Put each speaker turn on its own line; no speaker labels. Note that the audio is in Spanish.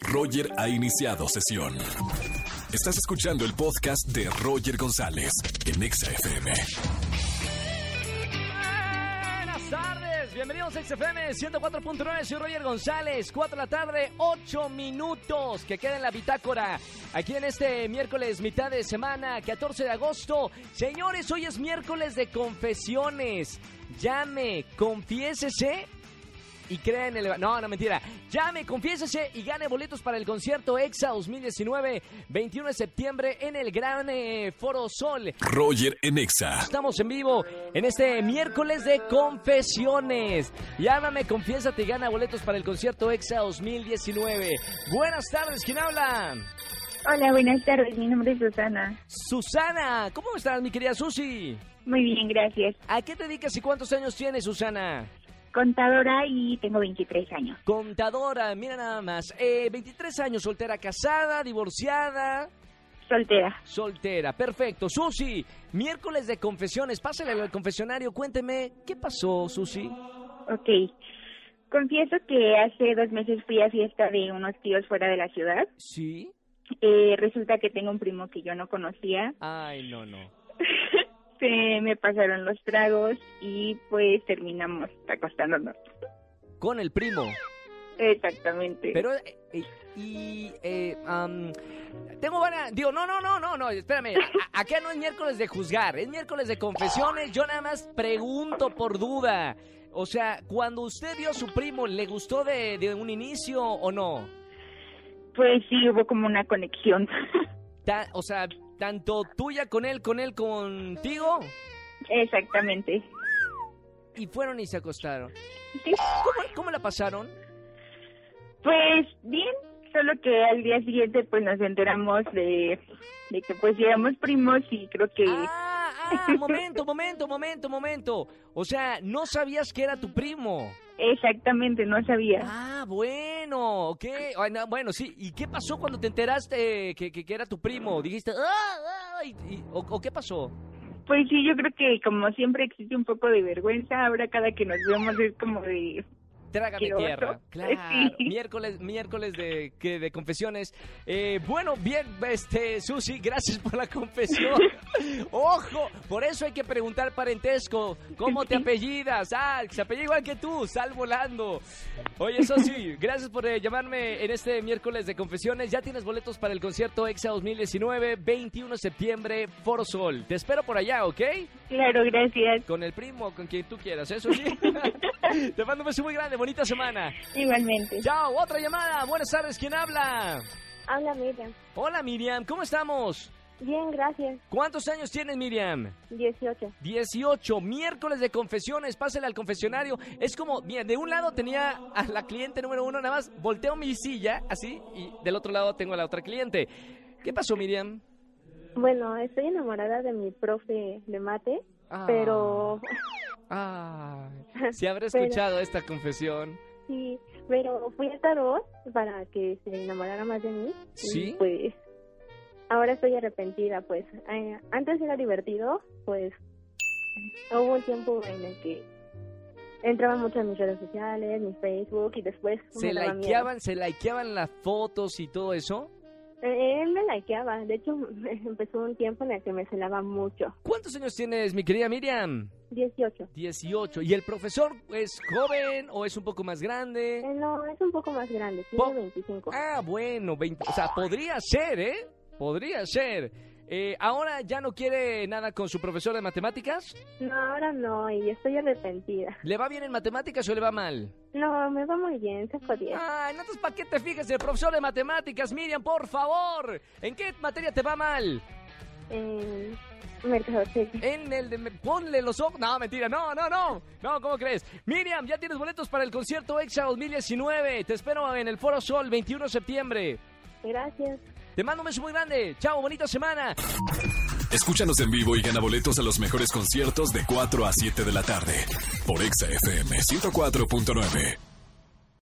Roger ha iniciado sesión. Estás escuchando el podcast de Roger González en EXA-FM.
Buenas tardes, bienvenidos a XFM 104.9, soy Roger González, 4 de la tarde, 8 minutos, que queda en la bitácora, aquí en este miércoles, mitad de semana, 14 de agosto. Señores, hoy es miércoles de confesiones, llame, confiésese y crea en el... No, no, mentira. Llame, confiésese y gane boletos para el concierto EXA 2019, 21 de septiembre, en el Gran eh, Foro Sol.
Roger en EXA.
Estamos en vivo en este miércoles de confesiones. Llámame, confiésate y gana boletos para el concierto EXA 2019. Buenas tardes, ¿quién habla?
Hola, buenas tardes. Mi nombre es Susana.
Susana, ¿cómo estás, mi querida Susi?
Muy bien, gracias.
¿A qué te dedicas y cuántos años tienes, Susana?
Contadora y tengo 23 años.
Contadora, mira nada más. Eh, 23 años, soltera, casada, divorciada,
Soltera.
soltera. Perfecto. Susi, miércoles de confesiones. Pásale al confesionario, cuénteme, ¿qué pasó, Susi?
Ok. Confieso que hace dos meses fui a fiesta de unos tíos fuera de la ciudad.
Sí.
Eh, resulta que tengo un primo que yo no conocía.
Ay, no, no.
Se me pasaron los tragos y pues terminamos acostándonos.
Con el primo.
Exactamente.
Pero, eh, eh, y, eh, am, tengo varias, digo, no, no, no, no, no, espérame, A- acá no es miércoles de juzgar, es miércoles de confesiones, yo nada más pregunto por duda, o sea, cuando usted vio a su primo, ¿le gustó de, de un inicio o no?
Pues sí, hubo como una conexión.
Ta- o sea, tanto tuya con él, con él contigo,
Exactamente.
y fueron y se acostaron.
Sí.
¿Cómo, cómo la pasaron?
Pues bien, solo que al día siguiente pues nos enteramos de, de que pues éramos primos y creo que
Ah, ah, momento, momento, momento, momento, o sea, no sabías que era tu primo.
exactamente no sabía.
Ah, bueno, ok. Ay, no, Bueno, sí. ¿Y qué pasó cuando te enteraste que, que- que era tu primo? Dijiste, ah, ah", y- y- o, o qué pasó?
Pues sí, yo creo que como siempre existe un poco de vergüenza, ahora cada que nos vemos es como de...
Trágame
Qué oso.
tierra. Claro.
Sí.
Miércoles, miércoles de, que, de confesiones. Eh, bueno, bien, este, Susi, gracias por la confesión. Ojo, por eso hay que preguntar parentesco. ¿Cómo te apellidas? Ah, se apellida igual que tú. Sal volando. Oye, eso sí, gracias por eh, llamarme en este miércoles de confesiones. Ya tienes boletos para el concierto EXA 2019, 21 de septiembre, Foro Sol. Te espero por allá, ¿ok?
Claro, gracias.
Con el primo, con quien tú quieras, eso sí. Te mando un beso muy grande, bonita semana.
Igualmente.
Chao, otra llamada. Buenas tardes, ¿quién habla?
Habla Miriam.
Hola Miriam, ¿cómo estamos?
Bien, gracias.
¿Cuántos años tienes Miriam?
18.
18, miércoles de confesiones, pásale al confesionario. Es como, mira, de un lado tenía a la cliente número uno, nada más volteo mi silla, así, y del otro lado tengo a la otra cliente. ¿Qué pasó Miriam?
Bueno, estoy enamorada de mi profe de mate,
Ah,
pero
ah, si habrá escuchado esta confesión.
sí, pero fui a tarot para que se enamorara más de mí. y,
¿Sí?
Pues ahora estoy arrepentida, pues eh, antes era divertido, pues hubo un tiempo en el que entraba mucho en mis redes sociales, mi Facebook y después
¿Se
me daba miedo.
likeaban, se likeaban las fotos y todo eso?
Eh, Él me likeaba, de hecho empezó un tiempo en el que me celaba mucho,
¿Cuántos años tienes mi querida Miriam?
18.
18. ¿Y el profesor es joven o es un poco más grande?
Eh, No, es un poco más grande,
Po-
tiene 25.
Ah, bueno, 20. O sea, podría ser, ¿eh? Podría ser. Eh, ¿Ahora ya no quiere nada con su profesor de matemáticas?
No, ahora no, y estoy arrepentida.
¿Le va bien en matemáticas o le va mal?
No, me va muy bien, saco 10.
Ay, entonces, ¿para qué te fijas el profesor de matemáticas, Miriam? Por favor. ¿En qué materia te va mal?
En Mercadotecnia.
En el de... me- Ponle los ojos... No, mentira. No, no, no. No, ¿cómo crees? Miriam, ya tienes boletos para el concierto EXA 2019. Te espero en el Foro Sol, 21 de septiembre.
Gracias.
Te mando un beso muy grande. Chao, bonita semana.
Escúchanos en vivo y gana boletos a los mejores conciertos de 4 a 7 de la tarde por EXA-FM 104.9.